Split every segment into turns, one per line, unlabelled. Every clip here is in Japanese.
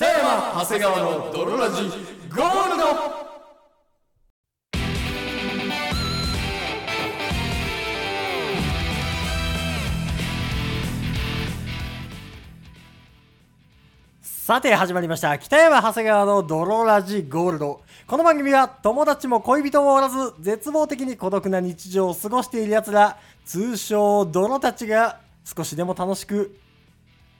川長谷川の泥ラジゴールド
さて始まりました北山長谷川の泥ラジゴールドこの番組は友達も恋人もおらず絶望的に孤独な日常を過ごしている奴ら通称泥たちが少しでも楽しく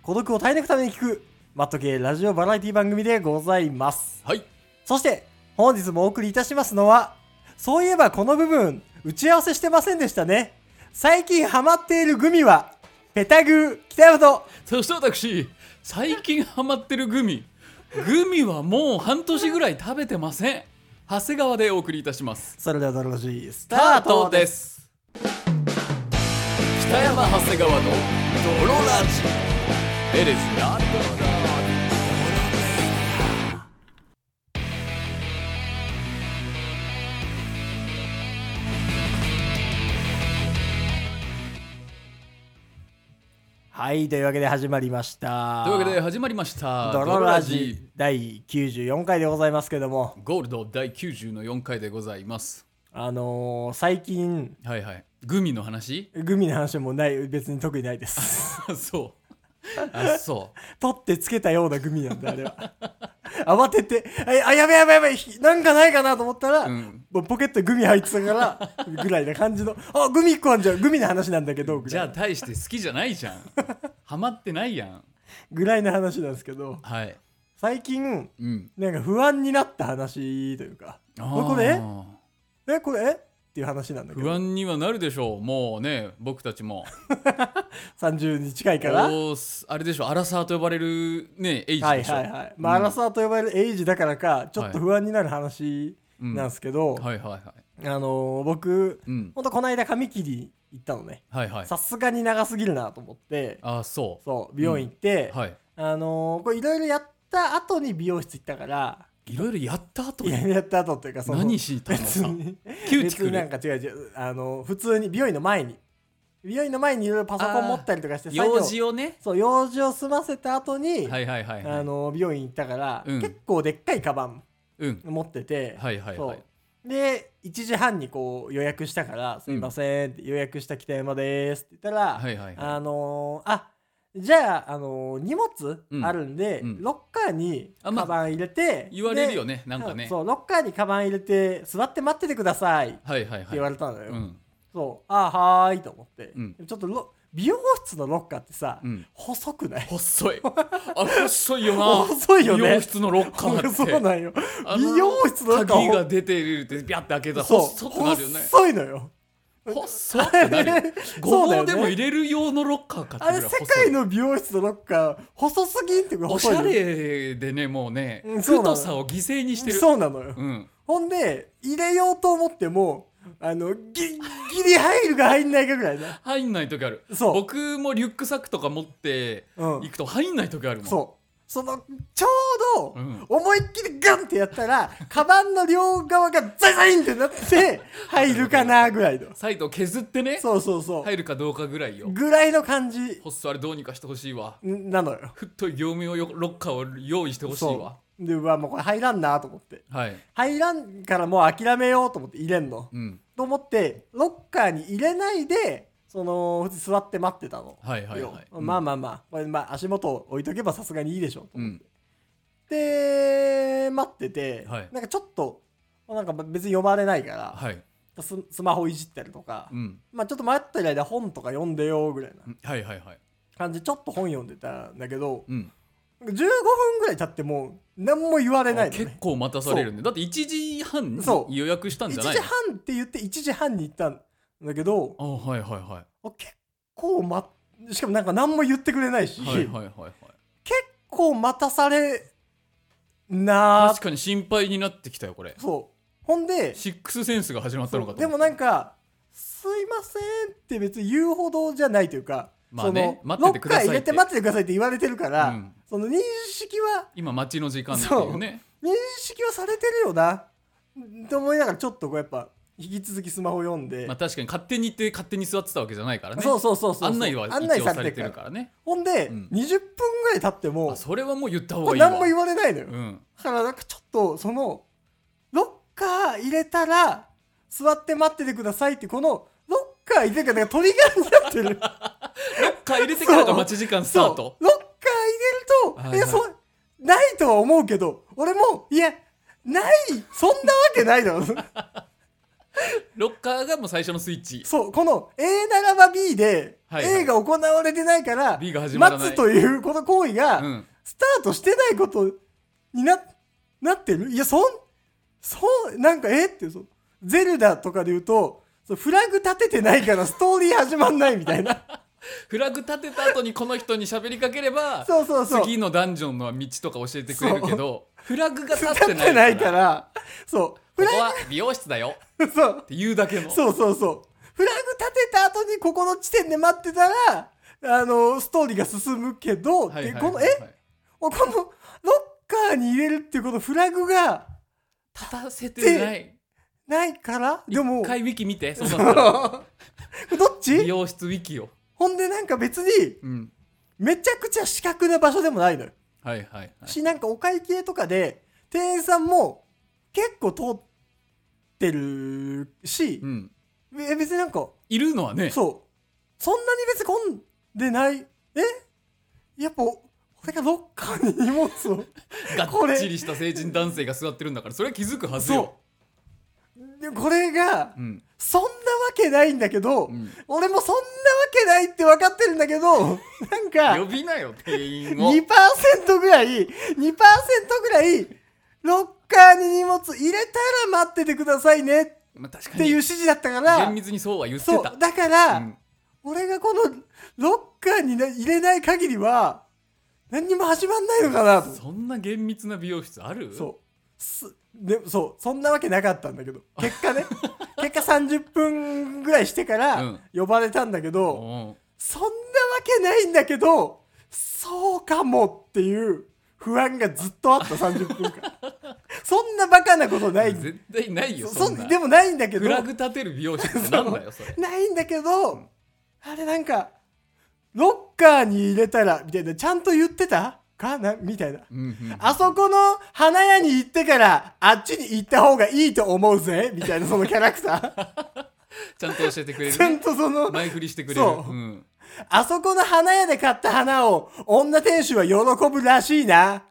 孤独を耐え抜くために聞くマット系ラジオバラエティ番組でございます
はい
そして本日もお送りいたしますのはそういえばこの部分打ち合わせしてませんでしたね最近ハマっているグミはペタグー北山と
そして私最近ハマってるグミグミはもう半年ぐらい食べてません長谷川でお送りいたします
それでは泥ラジスタ
スタ
ー
ー
ト
ト
です
です北山長谷川の泥ラジ It is not
はい、というわけで始まりました。
というわけで、始まりました
ドロラジ第94回でございますけども、
ゴールド第90の4回でございます
あのー最近、
はいはいグミ の話
グミの話もない、別に特にないです。
そうあそう
取ってつけたようなグミなんだ、あれは。 慌てて、えあ、やべやべやべ、ひなんかないかなと思ったら、
うん
もうポケットにグミ入ってたから、ぐらいな感じの、 あ、グミ1個あんじゃん、グミの話なんだけど、ぐ
じ
ら
ゃあ
い
大して好きじゃないじゃ んハマってないやん
ぐらいの話なんですけど、
はい
最近、
うん
なんか不安になった話というか、これこれ
あー
え、これ、えっていう話なんだけ
不
ど、
安にはなるでしょうもうね僕たちも
30に近いから、
おーすあれでしょアラサーと呼ばれるねエイジ
はい
でしょ
はいはい、まあ、アラサーと呼ばれるエイジだからかちょっと不安になる話なんですけど、
はいはいはい
あのー僕
うん
ほんとこの間髪切り行ったのね
はいはい
さすがに長すぎるなと思って
あーそ
そう美容院行って、
うはい
あのーこれいろいろやった後に美容室行ったから
いろいろやった後
いろいろやった後っていうかその
何したの
別
さ
に
キューティ
別
ク
にな
ル
んか違う違うあのー普通に美容院の前に美容院の前にいろいろパソコン持ったりとかして作業
用事をね
そう用事を済ませた後に、
はいはいはいは
あ
い
のー美容院行ったから、
うん
結構でっかいカバン
うん
持ってて、
はいはいはい
そうで1時半にこう予約したから「すいません」って予約した北山です」って言ったら「
はいはいは
あのーあじゃあ、あのー荷
う
物
ん
あるんで、
うん
ロッカーに
あま
カ
あ
バン入れて、
い言われるよ
ね
ねなんかね
そうロッカーにカバン入れて座って待っててくださいって
はいはい
言わ
はい
れたのよ、
うん
そうあはーいと思って、
うん
ちょっとロ美容室のロッカーってさ、
うん
細くない
細いあ細いよな
細いよね
美容室のロッカーって
そうなんよ
あの
美容室のロッカー
鍵が出てるってビャって開けたら
そう
細っとなるよね
細いのよ
細っってなるよご
そ
ぼう
うだよね
でも入れる用のロッカーかっ
あ
てぐら
れ
い
世
細
界
い
の美容室のロッカー細すぎんってこれ
おし
細い
ゃ
よ
れでねもうね
うんそうなの
太さを犠牲にしてる
そうなのよ、
うん
ほんで入れようと思ってもあのギリギリ入るか入んないかぐらいだ、
入んない時ある
そう
僕もリュックサックとか持って
うん
行、くと入んない時あるもん
そうそのちょう
うん
ど思いっきりガンってやったら、カバンの両側がザイザインって なって入るかなぐらいの
サイドを削ってね
そうそうそう、
入るかどうかぐらいよ
ぐらいの感じ
細いあれどうにかしてほしいわ
なのよ
太い業務用ロッカーを用意してほしいわ
そうでうわもうこれ入らんなと思って
はい
入らんからもう諦めようと思って入れんの、
うん
と思ってロッカーに入れないでその普通座って待ってたの、
はいはいはい
よまあまあまあこれまあ足元置いとけばさすがにいいでしょうと
う
思っ
ん
て、で待ってて、
はい
なんかちょっとなんか別に呼ばれないから、
はい
ススマホいじったりとか、
うん
まあちょっと待ってる間本とか読んでよぐらいな
はいはいはい
感じでちょっと本読んでたんだけど、
うん
15分ぐらい経ってもう何も言われないの、ね、
結構待たされるねだって1時半に
そう
予約したんじ
1
ゃない
時
の
半って言って1時半に行ったんだけど
あはいはいは
あ結構待っしかもなんか何も言ってくれないし、
いはいはいはいはい
結構待たされんなー
確かに心配になってきたよこれ
そうほんで
シックスセンスが始まったのか
そう
と
で
思
も
っ
なんか「すいません」って別に言うほどじゃないというか、
まあね
その
待っててくださいって
ロッカー入れて待っててくださいって言われてるから、
うん
その認識は
今待ちの時間っていうね
認識はされてるよなと思いながらちょっとこうやっぱ引き続きスマホ読んで、
まあ確かに勝手に行って勝手に座ってたわけじゃないからね
そうそうそうそう
案内は
案
一
内
応
さ
され
れ
て
てる
る
か
かららね
ほんで、
うん
20分ぐらい経っても
あそれはもう言った方
こ
がい
れ
いわ
何も言われないのよ、だ
うん
からなんかちょっとそのロッカー入れたら座って待っててくださいってこのロッカー入れてからトリガーになってる
か入れてからが待ち時間 スター
そ
ト
うロッカー入れると、
はい
い
はい
やそうないとは思うけど俺もいやないそんなわけないだろ
ロッカーがもう最初のスイッチ
そうこの A ならば B で、
はいはい
A が行われてないから
B が始まら
待
ない
つというこの行為が、
うん
スタートしてないことにな、なってるいや、そん、そう、なんか、えって、そう、ゼルダとかで言うと、そうフラグ立ててないからストーリー始まんないみたいな。
フラグ立てた後にこの人に喋りかければ
そうそうそう。
次のダンジョンの道とか教えてくれるけどフラグが立っ
立
て
ってて
な
ないい
か
からら、そう、
こ
フラ
こは美容室だよ
グ、そう
っ、ていうだけの
そうそうそう。フラグ立てた後にここの地点で待ってたら、あの、ストーリーが進むけど、
はいはい
で
はい
この、
はい
えこのロッカーに入れるっていうこのフラグが
立たせてない
ないから、でも、
一
こ
回ウィキ見てそうだったら
れどっ
美
ち
容室ウィキを
ほんでなんか別に、
うん
めちゃくちゃ死角な場所でもないのよ。
はいはいはい
し、なんかお会計とかで、店員さんも結構通ってるし
う、ん
え別になんか、
いるのはね
そう、そんなに別に混んでない、えやっぱ、これがロッカーに荷物 を。
が
こ
っ
れ
ちりした成人男性が座ってるんだからそれは気づくはずよ
そう。で、これが、
うん
そんなわけないんだけど、
うん
俺もそんなわけないって分かってるんだけど、なんか、
呼びなよ店員を
2%ぐらい、2%ぐらい、ロッカーに荷物入れたら待っててくださいねっ
まあ確か
ていう
に
指示だったから
厳、密にそうは言って
そう
た、
だから、
うん
俺がこのロッカーにな入れない限りは、何にも始まんないのかなと。
そんな厳密な美容室ある
そう。すでそう、そんなわけなかったんだけど、結果ね、 結果30分ぐらいしてか
う
ら
ん
呼ばれたんだけど、
うん
そんなわけないんだけど、そうかもっていう不安がずっとあった30分間。そんなバカなことない。
絶対ないよ
そ
そん
そ
なん
でもないんだけ
フ
ど、
ラグ立てる美容室ってなんだよそれ
ないんだけど、あれなんか、ロッカーに入れたら、みたいな、ちゃんと言ってたかなみたいな。
うんうん
あそこの花屋に行ってから、あっちに行った方がいいと思うぜ、みたいな、そのキャラクタ
ちゃん と教えてくれ
ー。
る
ちゃ
ね
んとその、
前振りしてくれる
そう
うん
あそこの花屋で買った花を女店主は喜ぶらしいなっ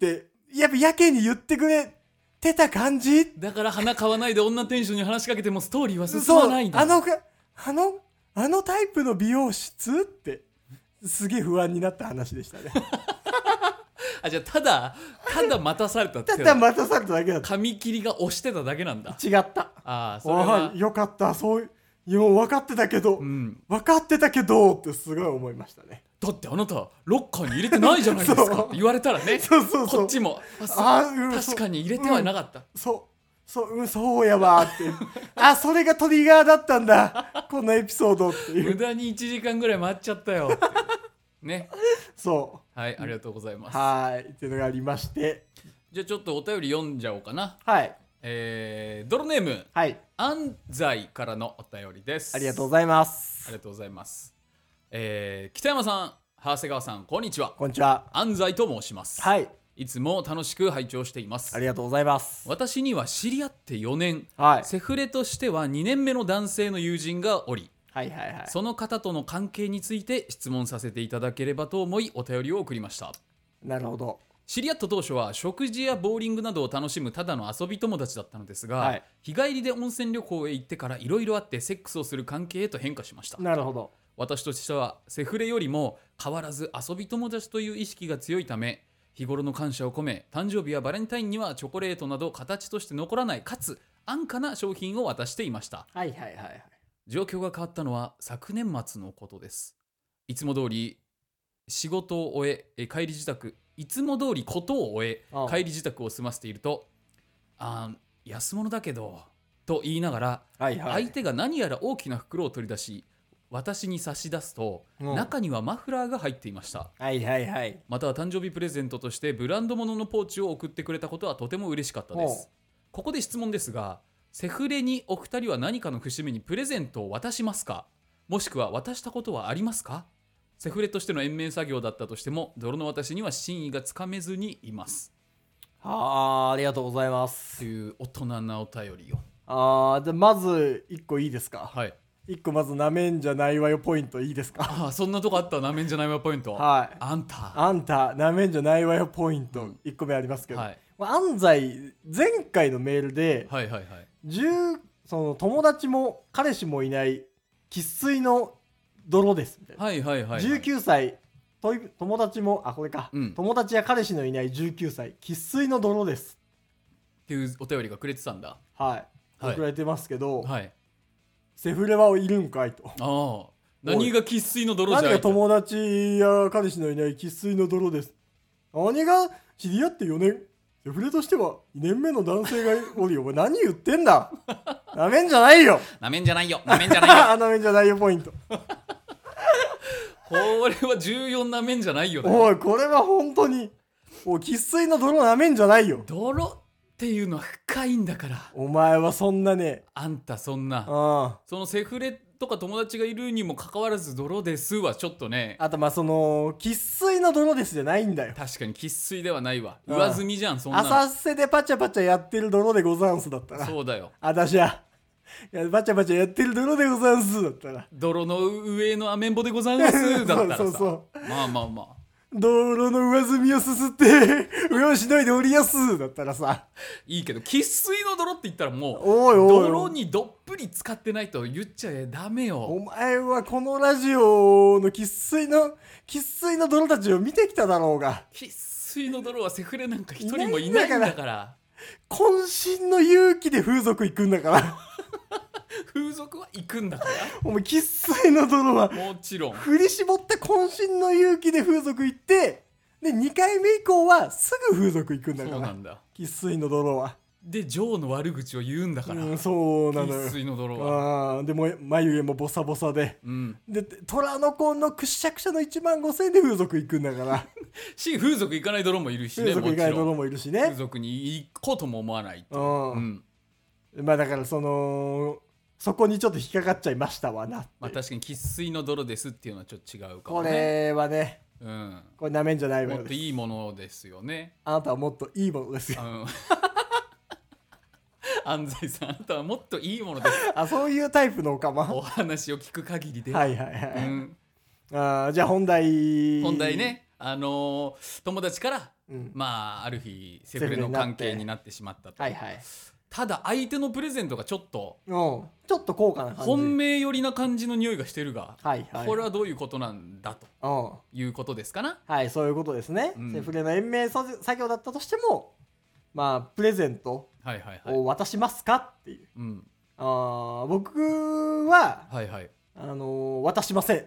て、やっぱやけに言ってくれてた感じ
だから花買わないで女店主に話しかけてもストーリーは進
そ
ま
う、
ないんだ
あのか、あの、あのタイプの美容室って、すげえ不安になった話でした ね。
あじゃあただただ待たされたって
た
いうの
だ待たされただけだった。
髪切りが押してただけなんだ
違った。
ああそれ
あ
は
あ、よかった。そういう、よう分かってたけど、
うん
分かってたけどってすごい思いました ね。
だってあなたロッカーに入れてないじゃないです
そ
か
う
って言われたらね
そうそうそう
こっちもあそう
あーうん
確かに入れてはなかった
そう、そう、うん、そうやわーって。あ、それがトリガーだったんだ。このエピソードってい
無
う。
駄に1時間ぐらい待っちゃったよっていうね
そ。
はいありがとうございうます
はーい。っていうのがありまして。
じゃあちょっとお便り読んじゃおうかな
はい。
えー、ドロネーム
はい。
安西からのお便りです
ありがとうご
う
ざいます。
ありがとうございますえー、北山さん長谷川さんこんにちは
こんにちは。
安西と申します、、
はいい。
つも楽しく拝聴しています
ありがとうございます。
私には知り合って4年、
はい
セフレとしては2年目の男性の友人がおり
はいはいはい。
その方との関係について質問させていただければと思いお便りを送りました
なるほど。
知り合った当初は食事やボーリングなどを楽しむただの遊び友達だったのですが、
はい
日帰りで温泉旅行へ行ってからいろいろあってセックスをする関係へと変化しました
なるほど。
私としてはセフレよりも変わらず遊び友達という意識が強いため日頃の感謝を込め誕生日やバレンタインにはチョコレートなど形として残らないかつ安価な商品を渡していました
はいはいはいはい。
状況が変わったのは昨年末のことですいつも通り仕事を終ええ帰り自宅いつも通りことを終え
ああ
帰り自宅を済ませていると「あー安物だけど」と言いながら
はいは
相
い。
手が何やら大きな袋を取り出し私に差し出すと、
うん
中にはマフラーが入っていました
はいはいはい。
または誕生日プレゼントとしてブランド物のポーチを送ってくれたことはとても嬉しかったですここで質問ですがセフレにお二人は何かの節目にプレゼントを渡しますかもしくは渡したことはありますかセフレとしての延命作業だったとしても泥の私には真意がつかめずにいます
あーありがとうございま
と
す
いう大人なお便りを
あーじゃあまず1個いいですか
はい
1個まずなめんじゃないわよポイントいいですか
ああそんなとこあったなめんじゃないわポイント
はい
あんた
あんたなめんじゃないわよポイン
う
ト
ん
1個目ありますけど、
はい
まあ安西前回のメールで
はいはいはい
10その友達も彼氏もいない生粋の泥ですみたいな、
はいはいはいはい
19歳とい友達もあこれか、
うん
友達や彼氏のいない19歳生粋の泥です
っていうお便りがくれてたんだ
はい、
はい
送られてますけど、
はい
セフレはいるんかいと
ああ何が生粋の泥
何
じゃ
が
いと
友達や彼氏のいない生粋の泥です何が知り合って4年セフレとしては2年目の男性がおるよお前何言ってんだなめんじゃないよ
なめんじゃないよなめんじゃないよ
なめんじゃないよポイント
これは重要なめんじゃないよね
おいこれは本当におい生粋の泥なめんじゃないよ
泥っていうのは深いんだから
お前はそんなね
あんたそんな
あ
そのセフレとか友達がいるにもかかわらず泥ですはちょっとね
あとまあその生粋の泥ですじゃないんだよ
確かに生粋ではないわ
うん
上積みじゃんそんなの
浅瀬でパチャパチャやってる泥でござんすだったら
そうだよ
あたしゃいやパチャパチャやってる泥でござんすだったら
泥の上のアメンボでございますだったらさ
そうそうそ
まあまあまあ
泥の上積みをすすって上をしのいでおりやすだったらさ
いいけど生粋の泥って言ったらもう
おいおいお
泥
い
にどっぷり使ってないと言っちゃダメよ
お前はこのラジオの生粋の生粋の泥たちを見てきただろうが
生粋の泥はセフレなんか一人もいないんだから
渾身の勇気で風俗行くんだから
風俗は行くんだか
お前生粋の泥は
らもち ろん
振り絞った渾身の勇気で風俗行ってで2回目以降はすぐ風俗行くんだ
そ
か
うな
ら
んだ
生粋の泥は
でジョーの悪口を言うんだから
うんそうなの
生
よ
粋の泥は
あーでも眉毛もボサボサで
うん
で虎の子のくしゃくしゃの1万5000円で風俗行くんだから
し風俗行かない泥もいるし
風
ね
俗
も
以
ち
外の
ろ
泥
ん
もいるし
風
ね
俗に行こうとも思わない
うん、
うん
まあだからそのそこにちょっと引っかかっちゃいましたわなって
まあ確かに生粋の泥ですっていうのはちょっと違うか
こ
もね
れはね
うん
これなめんじゃないわ
もっ
よ
といいものですよね
あなたはもっといいものですよ
うん 安西さんあなたはもっといいものです
あそういうタイプのおかま
お
は
話を聞く限り
い
では
はいはい、
うん
あーじゃあ本題
本題ね、あのー友達から、
うん
まあ、ある日セフレの関係になってしまったと、
はいはい
ただ相手のプレゼントがちょっと
うんちょっと高価な感じ
本命寄りな感じの匂いがしてるが、
はいはい
これはどういうことなんだと
うん
いうことですかな
はいそういうことですね、
うん
セフレの延命作作業だったとしてもまあプレゼント
はいはいはい、
を渡しますかっていう、
うん、
あー僕は
はいはい
あのー渡しません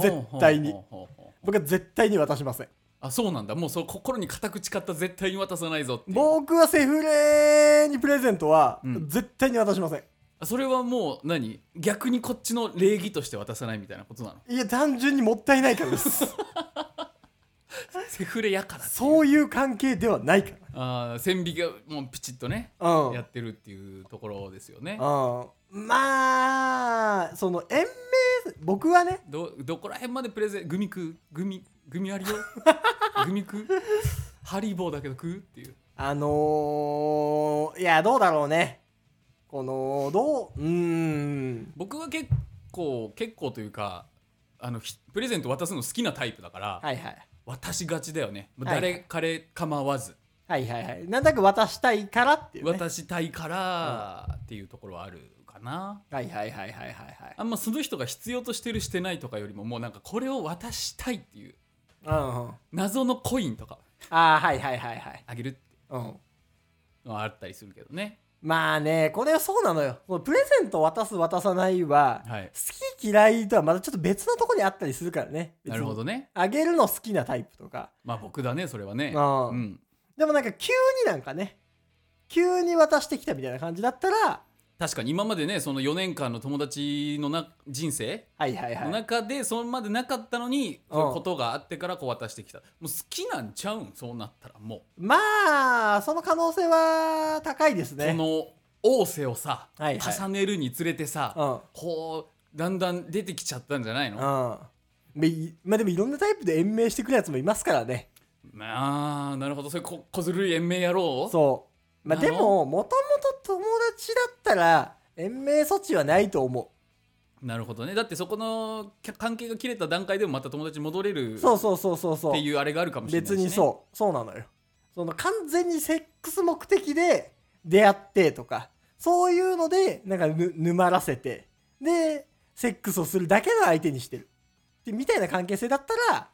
絶対に
ほうほうほうほう
僕は絶対に渡しません
あそうなんだもうそう心に固く誓った絶対に渡さないぞっていう
僕はセフレにプレゼントは
うん
絶対に渡しません、
あそれはもう何逆にこっちの礼儀として渡さないみたいなことな の
いや単純にもったいないからです
セフレやからっていう
そういう関係ではないか
あー線引きがもうピチッとね
らうん
やってるっていうところですよね。
うん、まあその延命僕はね
どどこら辺までプレゼングミ食うグミグミあ りよグミ食うハリボーだけど食うっていう。
あのー、いやどうだろうねこのどううーん
僕は結構結構というかあのひプレゼント渡すの好きなタイプだから、
はいはい
渡しがちだよね。もう
はい
誰彼構わず、
はいはいはいなんとなく渡したいからっていう、ね、
渡したいからっていうところはあるかな。
はいはいはいはいはいはい
あんまその人が必要としてるしてないとかよりももうなんかこれを渡したいっていう
うんうん
謎のコインとか
ああはいはいはいはい
あげるって
うん
のはあったりするけどね。
まあねこれはそうなのよこのプレゼント渡す渡さないは、
はい
好き嫌いとはまたちょっと別のとこにあったりするからね別
な
に
るほどね。
あげるの好きなタイプとか
まあ僕だねそれはね。
ああ
うん、
でもなんか急になんかね急に渡してきたみたいな感じだったら
確かに今までねその4年間の友達のな人生
はいはいは
の
い
中でそれまでなかったのに、
うん
そういうことがあってからこう渡してきたもう好きなんちゃうんそうなったらも
まあその可能性は高いです
う、
ね
この大瀬をさ、
はいはい
重ねるにつれてさ、
うん
こうだんだん出てきちゃったんじゃないの、
うんめいまあでもいろんなタイプで延命してくるやつもいますからね
まあなるほどそれこ小ずるい延命野郎
そうまあ
なの
でももともと友達だったら延命措置はないと思
なるほどねだってそこのきゃ関係が切れた段階でもまた友達に戻れる
う
っ
そうそうそうそうそう
ていうあれがあるかもしれないし、
別
ね、
にそうそうなのよその完全にセックス目的で出会ってとかそういうのでなんかぬ沼らせてでセックスをするだけの相手にしてるでみたいな関係性だったら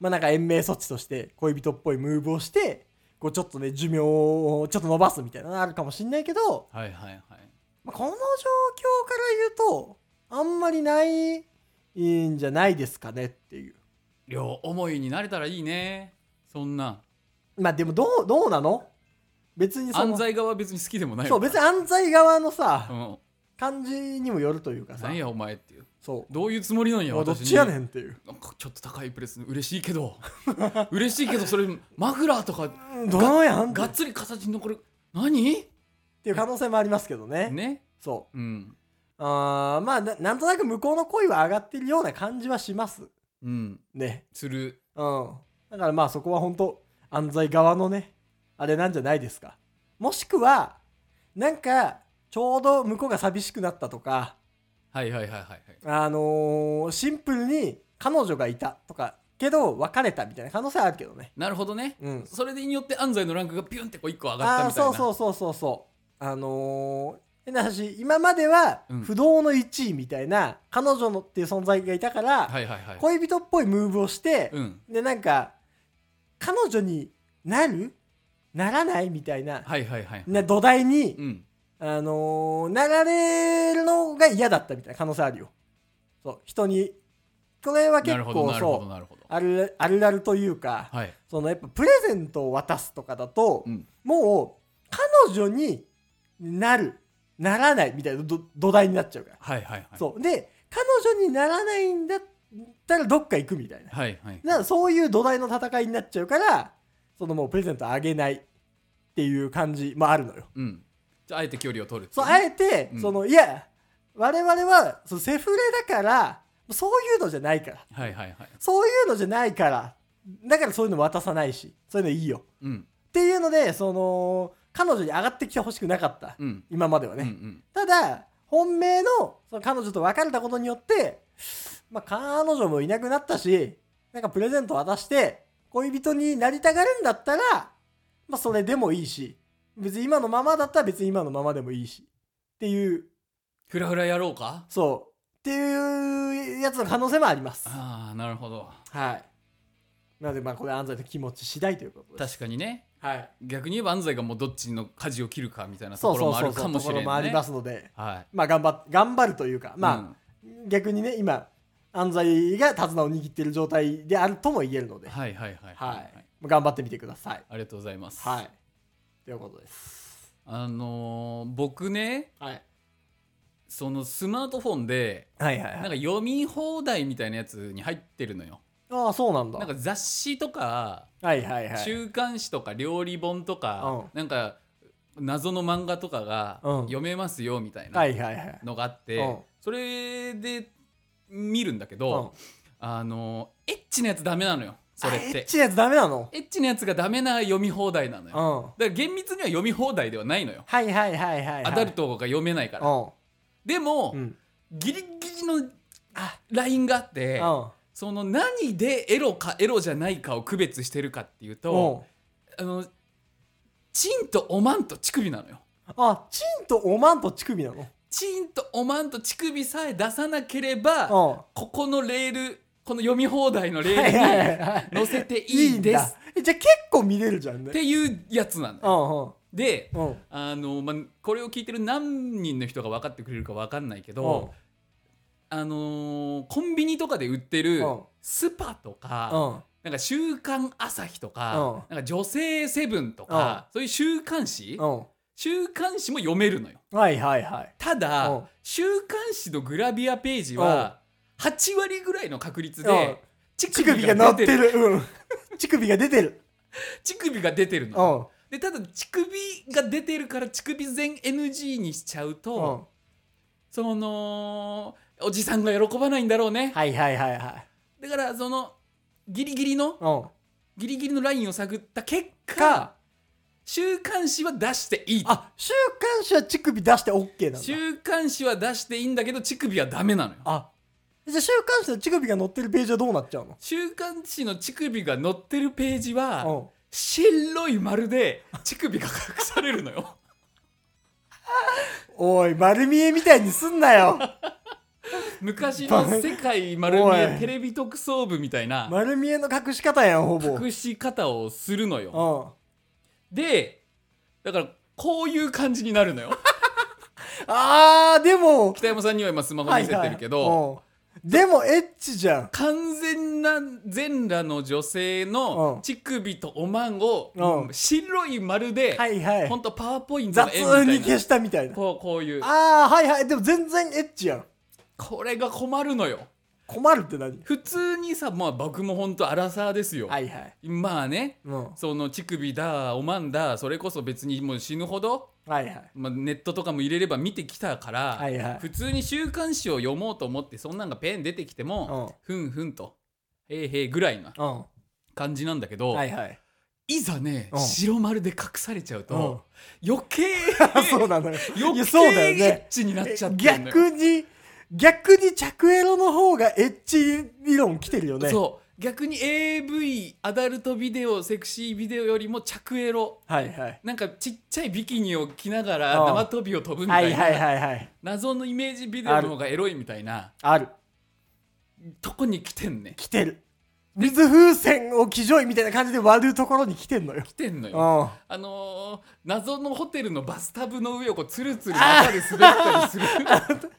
まあなんか延命措置として恋人っぽいムーブをしてこうちょっとね寿命をちょっと伸ばすみたいなのあるかもしんないけど、
はいはいはい
まあこの状況から言うとあんまりないんじゃないですかねっていう
両思いになれたらいいねそんな
まあでもどうどうなの別にその
安西側は別に好きでもない
そう
わ
別に安西側のさ、
うん、
感じにもよるというかさ
何やお前っていう
そ
どういうつもりなんや
うもうどっ
私に
ちやねんっていう
なんかちょっと高いプレス嬉しいけど 嬉しいけどそれマフラーとか
どうやんって
がっつり形に残る何
っていう可能性もありますけどね
ね
そ
うん
うあーまあななんとなく向こうの恋は上がってるような感じはします
うん
ね
する
うんだからまあそこは本当安西側のねあれなんじゃないですかもしくはなんかちょうど向こうが寂しくなったとか
はいはいはいはいはい
あのーシンプルに彼女がいたとかけど別れたみたいな可能性はあるけどね
なるほどね、
うん
それによって安西のランクがピュンってこう一個上がった
ああ
みたいな
ーそうそうそうそうそうあのー変な話今までは
うん
不動の1位みたいな、彼女のっていう存在がいたから、
はいはいはい
恋人っぽいムーブをして、
うん
でなんか彼女になるならないみたいな,、
はいはいはい
な土台に、
うん
あのーなられるのが嫌だったみたいな可能性あるよそう人にこれは
な
結
るほど
構
なるほど
そう
なるほど
あるあるあるというか、
はい
そのやっぱプレゼントを渡すとかだと、
うん
もう彼女になるならないみたいなど土台になっちゃうから、
はいはいはい
そうで彼女にならないんだったらどっか行くみたいな,、
はいはい
なそういう土台の戦いになっちゃうからそのもうプレゼントあげないっていう感じもあるのよ
うんじゃああえて距離を取るってい
そうう
ね
あえて、
うん
そのいや我々はそのセフレだからそういうのじゃないから
はいはいはい
そういうのじゃないからだからそういうの渡さないしそういうのいいよ
うん
っていうのでその彼女に上がってきてほしくなかった、
うん
今までは
う
ね、
んうん
ただ本命のその彼女と別れたことによって、まあ、彼女もいなくなったしなんかプレゼント渡して恋人になりたがるんだったら、まあ、それでもいいし別に今のままだったら別に今のままでもいいしっていう
フラフラやろうか
そうっていうやつの可能性もあります
ああなるほど
はいなのでまあこれ安西の気持ち次第ということです
確かにね
はい
逆に言えば安西がもうどっちの舵を切るかみたいなと
そう
こ
そ
ろ
う
もあ
そう
る
そ
か
うと
もし
こ
れな
ろ
い、ね、
もありますので
はい
まあ頑張っ頑張るというか
あ、
まあ、逆にね今安西が手綱を握っている状態であるとも言えるの
う
で、
ん
はい
はいはいはい
頑張ってみてください。
ありがとうございます、
はい、ということです。
あのー僕ね
はい、
そのスマートフォンで
はいはい
なん
はい
か読み放題みたいなやつに入ってるのよ
ああそうなんだ。
なんか雑誌とか
はいはいはい。
週刊誌とか料理本とか、なんか謎の漫画とかが
うん
読めますよみたい
は
ない
はいはい。
のがあって、
うん
それで見るんだけ
うん
ど、あのエッチなやつダメなのよそれっ
あエッ
て
チなやつダメなの
エッチなやつがダメな読み放題なの
う
よ
ん。は
だから厳密には読み放題ではないのよ
いはいはいはいはい。
アダルトが読めないからでも、
うん。うん。
ギリギリの
あ
ラインがあって
うん。
その何でエロかエロじゃないかを区別してるかっていう
うん
と。あのチンとおまんと乳首なのよ
あチンとおまんと乳首なの
チンとおまんと乳首さえ出さなければこ
う
このレールこの読み放題のレ
ん。はいはいはい
ール
はい。
に載せていい
ん
で
だ
す
えじゃあ結構見れるじゃんね。
っていうやつなの
う
よ
んうん
で
うん。
あの、まあ、これを聞いてる何人の人が分かってくれるか分かんないけ
うん
ど、あのーコンビニとかで売ってる
うん
スパと
う
か、
ん。
なんか「週刊朝日」とか,、なんか「女性セブン」とか、そういう週刊誌、
うん。
週刊誌も読めるのよ
はいはいはい。
ただ、
うん
週刊誌のグラビアページは、8割ぐらいの確率
うん
で乳
乳
首
首が
が
鳴っ
出
て
てる
る。うん。乳首が出てる。
乳首が出てる
う
の
ん。
でただ乳首が出てるから乳首全 NG にしちゃうと、
うん
そのおじさんが喜ばないんだろうね、
はいはいはいはい。
だからそのギリギリの
うん。
ギリギリのラインを探った結
か
果週刊誌は出していい
あ、週刊誌は乳首出して OK なんだ。
週刊誌は出していいんだけど乳首はダメなのよ
あ、じゃあ週刊誌の乳首が載ってるページはどうなっちゃう
週刊誌の乳首が載ってるページは
の
白い丸で乳首が隠されるの よ
うん。おい、丸見えみたいにすんな よ。
昔の「世界丸見
お
え
い
テレビ特捜部」みたいな
丸見えの隠し方やん、ほぼ。
隠し方をするのよ
う
でだからこういう感じになる のよ
ん。あー、でも、
北山さんには今スマホ見せてるけど、
うんでもエッチじゃん。
完全な全裸の女性
う
の
ん
乳首とおまんを、
うん
白い丸で、
はいはい
ほ。んとパワーポイント
雑
の絵みたい
に
な
消したみたいな。
こうこういう
あー、はいはい。でも全然エッチやん。
これが困るのよ
困るって何
普通にさ、まあ、僕もほんとアラサーですよ、
はいはい。
まあね
うん。
その乳首だおまんだそれこそ別にもう死ぬほど、
はいはい。
まあ、ネットとかも入れれば見てきたから、
はいはい
普通に週刊誌を読もうと思ってそんなんがペン出てきても、ふんふんとへいへいぐらいな
うん。
感じなんだけど、
はいはい。
いざね、
うん
白丸で隠されちゃう
うん
と、余 計
そうなのよ。い
余
やそうだよ
計
ね
エッチになっちゃってんのよ
逆に逆に着エロの方がエッチ理論来てるよね
そう逆に AV アダルトビデオセクシービデオよりも着エロ
はいはい
なんかちっちゃいビキニを着ながら
うん
縄跳びを飛ぶみ
は
た
い
い
はい
な
はいはい
謎のイメージビデオの方がエロいみたいな
ある
とこに来てんね
来てる水風船を騎乗位みたいな感じで割るところに来てんのよ
来てんの
うん
よ
あ
あのー謎のホテルのバスタブの上をこうツルツル中で滑ったりする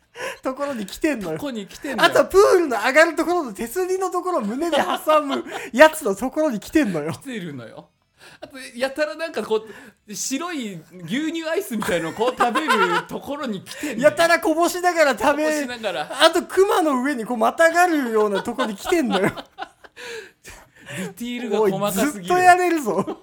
ところに来てんの
と
よ
こに来てんの
あとは
よ
プールの上がるところの手すりのところを胸で挟むやつのところに来てん のよ
来てるのよあとやたらなんかこう白い牛乳アイスみたいのをこう食べるところに来てんのよ
やたらこぼしながら食
こうし
べ
ながら
あと熊の上にこうまたがるようなところに来てん のよ
ディティールが
おい
細かす
ず
ぎ
っ
る
とやれるぞ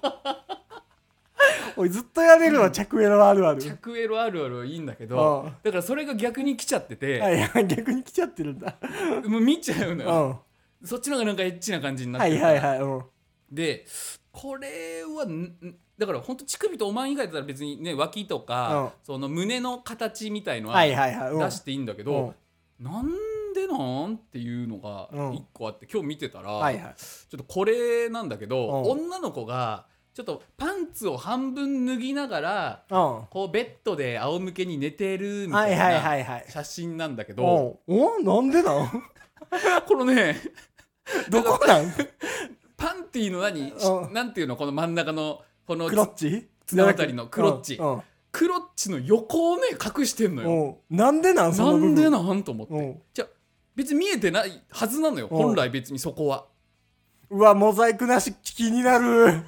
おいずっとやれるわ着エロあるある
着エロあるあるはいいんだけど
うん
だからそれが逆に来ちゃってて、
はいはい逆に来ちゃってるんだ
もう見ちゃうの
うん
よ、
は
そっちの方がなんかエッチな感じに
い
なっ
は
て
い
るから
はいうん
でこれはんんだから本当乳首とおまん以外だったら別にね脇とか、その胸の形みたいの
はい
は
はいはいうん
出していいんだけど、なんでなんっていうのが
うん
一個あって今日見てたら、
はいはい
ちょっとこれなんだけど、
うん
女の子がちょっとパンツを半分脱ぎながら
うんは
こうベッドで仰向けに寝てる
い
み
は
たい
いは
ない
はい
写真なんだけ
う
ど、
んおなんでなん
このね
どこなん
パンティーの何、
うん
なんていうのこの真ん中のこの
クロッチ
綱渡りのクロッチ
うん
クロッチの横をね隠してんのよ
うんうんなんでなんそ
な
の部
ん
分
でなんと思って
うん
じゃあ別に見えてないはずなのよ
うん
本来別にそこは
うわモザイクなし気に なる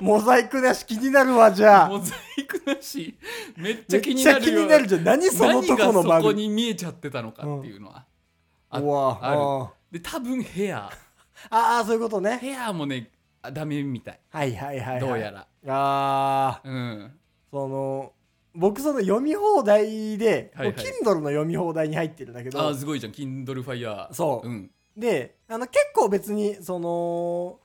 モザイクなし気になるわじゃ
モ
あ
ザイクなしめっちゃ
めっ
気に
ち
な
ゃ
る
気
よ
になるじゃん何その
何
とこ
が
の
そこ
丸
に見えちゃってたのかっていうのは、あ
うわ
ある
う
で
ん
多分ヘア
ああそういうことね
ヘアもねあダメみたい
はいはいはい、はい、
どうやら
ああ
うん
その僕その読み放題で、
はいはい
もう Kindle の読み放題に入ってるんだけ
あ
ど
ーすごいじゃん Kindle Fire
そう
うん
であの結構別にその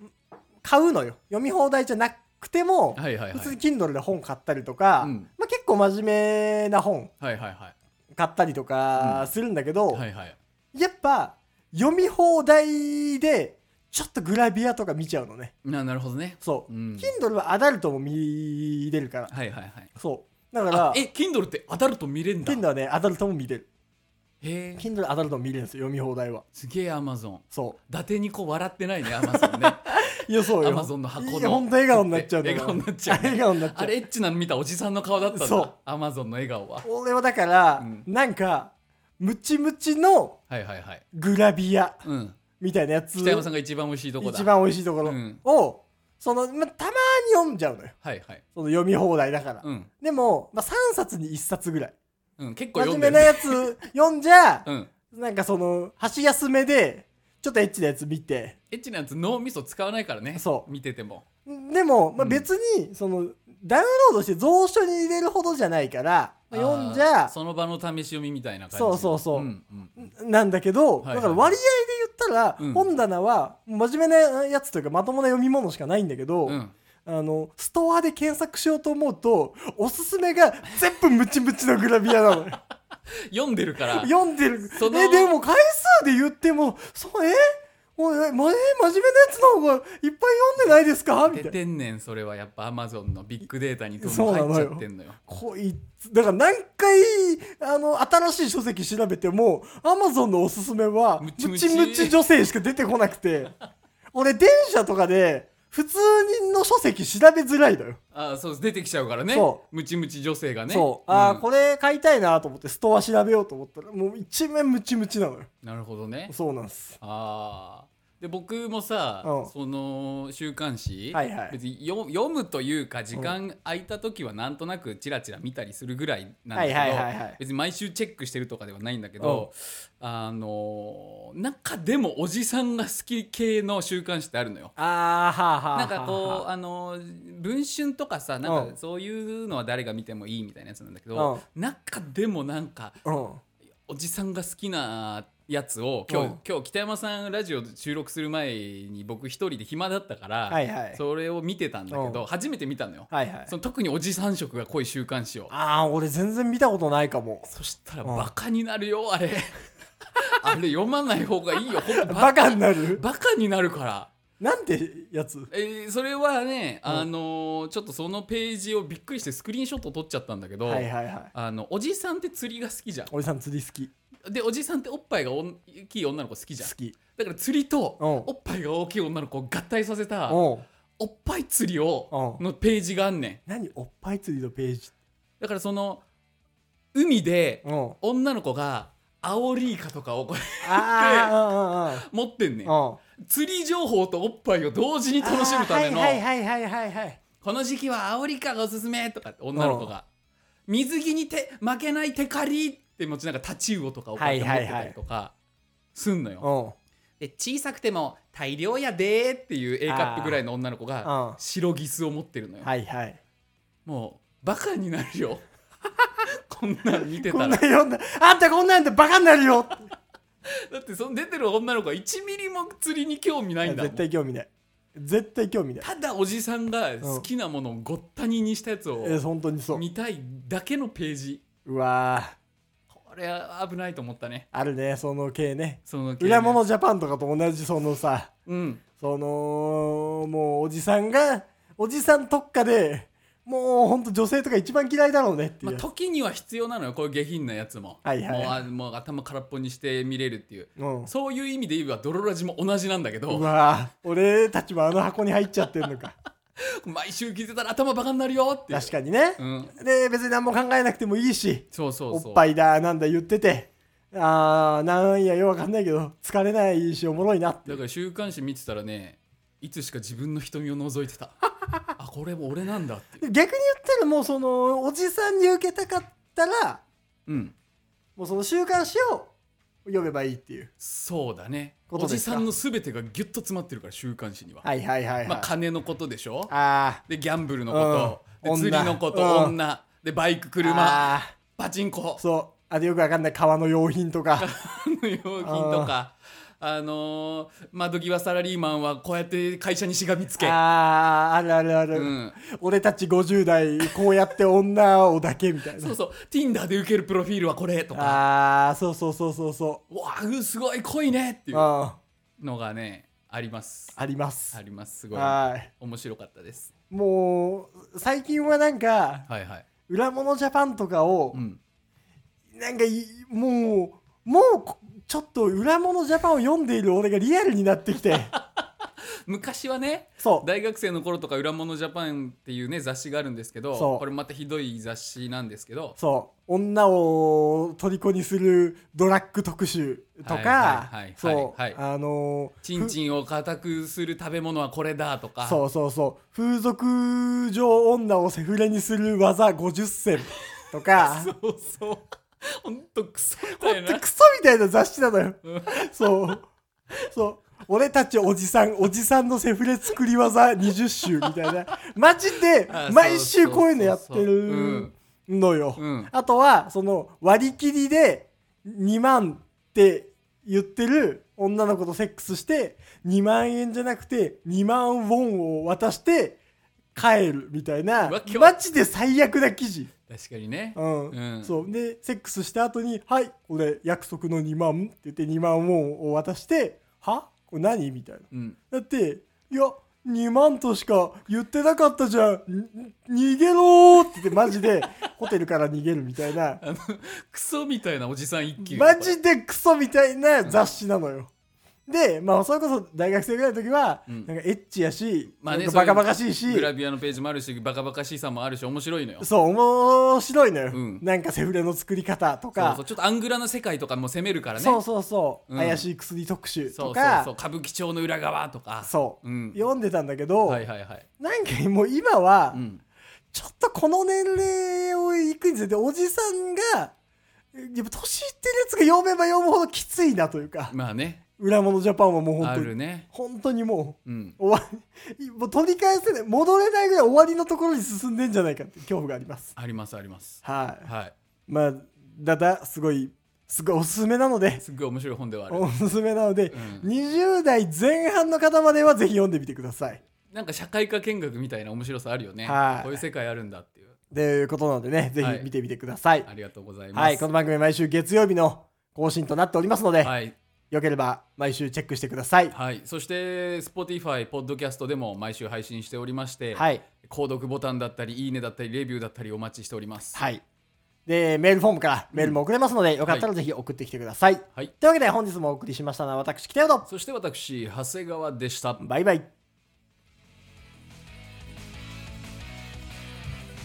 買うのよ読み放題じゃなくても、
はいはいはい
普通に Kindle で本買ったりとか、
うん
まあ、結構真面目な本
はいはいは
買ったりとかするんだけど、
いはいはい
やっぱ読み放題でちょっとグラビアとか見ちゃうのね
ななるほどね
そう、
うん
Kindle はアダルトも見れるから
はいはいはい
そうだか
あ
ら
え Kindle ってアダルト見れんだ
Kindle はねアダルトも見れる
へえ
Kindle アダルトも見れるんですよ読み放題は
すげえ Amazon
そ
伊達にこう笑ってないね Amazon ね
ういやそうよ
Amazon の箱の
いや本当笑顔になっちゃうんだから
笑顔になっちゃう
笑顔になっちゃう
あれエッチなの見たおじさんの顔だったん
そ
だ
う
Amazon の笑顔は
俺はだから、
うん
なんかムチムチの
はいはいはい
グラビア
うん
みたいなやつ
北山さんが一番美味しいとこだ
一番美味しいとこ
う
ろ
ん
を、そのまたまに読んじゃうのよ
はいはい
その読み放題だから、
うん
でも、まあ、3冊に1冊ぐらい
うん結構
真
読
面
んで
目
る
な
ね
やつ読んじゃ
うん
なんかその箸休めでちょっとエッチなやつ見て
エッチなやつ脳みそ使わないからね
そう
見てても
でも、まあ、
うん
別に、そのダウンロードして蔵書に入れるほどじゃないから、まあ読んじゃ
あーその場の試し読みみたいな感じ
そうそうそうん
うん
なんだけど、
はいはい
だから割合で言ったら、
うん
本棚は真面目なやつというかまともな読み物しかないんだけど、
うん
あのストアで検索しようと思うとおすすめが全部ムチムチのグラビアなのよ
読んでるから
読んでる
その
えでも回数で言ってもそうえおいえまえ真面目なやつの方がいっぱい読んでないですかみ
出
たいな
てんねんそれはやっぱアマゾンのビッグデータにどんどん入っちゃってんのよ
こいつだから何回あの新しい書籍調べてもアマゾンのおすすめはム
ム
チ
チ
ム
ム
チ
チ
女性しか出てこなくて 俺電車とかで普通の書籍調べづらいのよ
あーそう出てきちゃうからね
そ
ムチムチ女性がね
そう。ああ、
ん
これ買いたいなと思って、ストア調べようと思ったら、もう一面ムチムチなのよ。
なるほどね
そうなんです。
あーで僕もさ、
うん
その週刊誌、
はいはい
別によ読むというか時間空いた時はなんとなくチラチラ見たりするぐらいなんだけど、
はいはいはいはい
別に毎週チェックしてるとかではないんだけど、あのー中でもおじさんが好き系の週刊誌ってあるのよ。
ああ、はあは
なんかこうあのー文春とかさなん
う
か
ん
そういうのは誰が見てもいいみたいなやつなんだけど、中でもなんか
う。うん。
おじさんが好きなやつを今日,、
うん
今日北山さんラジオ収録する前に僕一人で暇だったから、
はいはい
それを見てたんだけど、初めて見たのよ、
はいはい
そ。の特におじさん色が濃い週刊誌を
ああ、俺全然見たことないかも。
そしたら
うん
バカになるよあ れあれ読まない方がいいよほんと
バカになる
バカになるから。
なんてやつ
えーそれはね、
うん
あのーちょっとそのページをびっくりしてスクリーンショット撮っちゃったんだけど、
はいはいはい。
あのおじさんって釣りが好きじゃ
おじさん釣り好き。
んでおじさんっておっぱいが大きい女の子好きじゃん
好き。
だから釣りと
うん
おっぱいが大きい女の子を合体させたお
うん。
っぱい釣りを
うん
のページがあんねん
何おっぱい釣りのページ。
だからその海で
うん。
女の子がアオリイカとかをこれ
ああ、
持ってんね
うんんうんうん。
釣り情報とおっぱいを同時に楽しむための
はいはいはいはいはい。
この時期はアオリイカがおすすめとかって女の子が水着にて負けないテカリって持ちながらタチウオとかをこうやって持ってたりとかすんのよ
うん。
で小さくても大量やでーっていう A カップぐらいの女の子
あーうん
が白ギスを持ってるのよ、
はいはい。
もうバカになる よこんなん見て
こ
た
んな
ら
読んだ。あんたこんなんでバカになるよ
だってその出てる女の子は1ミリも釣りに興味ないんだもん
絶対興味ない。絶対興味ない。
ただおじさんが好きなものをごったににしたやつを
えー、本当にそう。
見たいだけのページ
うわー
これは危ないと思ったね
あるねその系ね
その
裏物ジャパンとかと同じそのさ
うん
そのもうおじさんがおじさん特化でもうほんと女性とか一番嫌いだろうねってい
ま
う
あ、
やつ、
時には必要なのよこういう下品なやつも、
はいはいはい
もうあもう頭空っぽにして見れるっていう、
うん
そういう意味で言えば泥ラジも同じなんだけ
う
ど
わー俺たちもあの箱に入っちゃってる のか
毎週聞いてたら頭バカになるよっていう
確かにね、
うん
で別に何も考えなくてもいいし
そうそうそう
おっぱいだなんだ言っててあーなんやよくわかんないけど疲れないしおもろいなって
だから週刊誌見てたらねいつしか自分の瞳を覗い てたあこれも俺なんだっていう
逆に言ったらもうそのおじさんに受けたかったら
うん
もうその週刊誌を読めばいいっていう。
そうだね
こと
お
で
じ
すか
さんの全てがギュッと詰まってるから週刊誌には、
はいはいはいはい。
まあ金のことでしょ
あ
でギャンブルのこと、
うん
で釣りのこと女,、
女うん
でバイク
ー
車
あ
パチンコ
ーそう。あとよくわかんない革の用品とか。
の用品とかあのー窓際サラリーマンはこうやって会社にしがみつけ、
あーあるあるある、
うん、
俺たち50代こうやって女をだけみたいな。
そうそう Tinder で受けるプロフィールはこれとか
ああそうそうそうそうそ
わあすごい濃いねって
う。。
いううん
あ
のがねあります
ります
あ。りますすごい
はい。
面白かったです
もう最近はなんか
はいはい
裏物ジャパンとかを、
うん
なんかいもうもうこちょっと裏物ジャパンを読んでいる俺がリアルになって きて。
昔はね
そう。
大学生の頃とか「裏物ジャパン」っていうね雑誌があるんですけど
そう
これまたひどい雑誌なんですけど
そう女を虜にするドラッグ特集とか
はいはいはい
そう
はい
あのー
チンチンを固くする食べ物はこれだとか
そうそうそう風俗上女をセフレにする技50選とか
そうそうほんとクソみ
ほ
たい
んと
な
クソみたいな雑誌なのよそうそう。俺たちおじさん、おじさんのセフレ作り技20周みたいな。マジで
あ、そ
毎
う
週
そう
こういうのやって
そうそう
るのよ。
うん
あとは、その割り切りで2万って言ってる女の子とセックスして、2万円じゃなくて2万ウォンを渡して帰るみたいな
わけ、わ
マジで最悪な記事。
確かにね。
うん
うん
そうでセックスした後に「はいこれ約束の2万」って言って2万ウォンを渡して「はこれ何?」みたいな
うん。
だって「いや2万としか言ってなかったじゃんん逃げろ!」って言ってマジでホテルから逃げるみたいな
クソみたいなおじさん一級。
マジでクソみたいな雑誌なのよ、でまあそれこそ大学生ぐらいの時は、
うん
なんかエッチやし、
まあね
なんかバカバカしいし
グラビアのページもあるし、バカバカしいさもあるし、面白いのよ。
そう面白いのよ、
うん
なんかセフレの作り方と
そう
か
そうちょっとアングラの世界とかも攻めるからね
そうそうそう、
うん
怪しい薬特集
そうそ
と
う
か
そ
そう
う歌舞伎町の裏側とかうん、
読んでたんだけど、
はいはいはい、
なんかもう今は、
うん、
ちょっとこの年齢をいくにつれておじさんがやっぱ年いってるやつが読めば読むほどきついなというか
まあね
「裏物ジャパン」はもう本
あ
当に、
るね
本当にも
うん
う終わり もう取り返せない戻れないぐらい終わりのところに進んでんじゃないかって恐怖があります
ありますあります
はい、
はい
まあだだすごいすごいおすすめなのです
っごい面白い本ではある
おすすめなので、
う
20代前半の方まではぜひ読んでみてください。
なんか社会科見学みたいな面白さあるよね
はい
こういう世界あるんだっていう
ということなのでね、ぜ
はい
ひ見てみてください。は
あ
い、
りがとうございます
この番組毎週月曜日の更新となっておりますので、
はい、
よければ毎週チェックしてください。
はい、そして Spotify ポッドキャストでも毎週配信しておりまして、
はい、
購読ボタンだったりいいねだったりレビューだったりお待ちしております
はい。で、メールフォームからメールも送れますので、よかったらぜひ送ってきてください。
はい
というわけで本日もお送りしましたのは私、北野と、
そして私長谷川でした
バイバイ。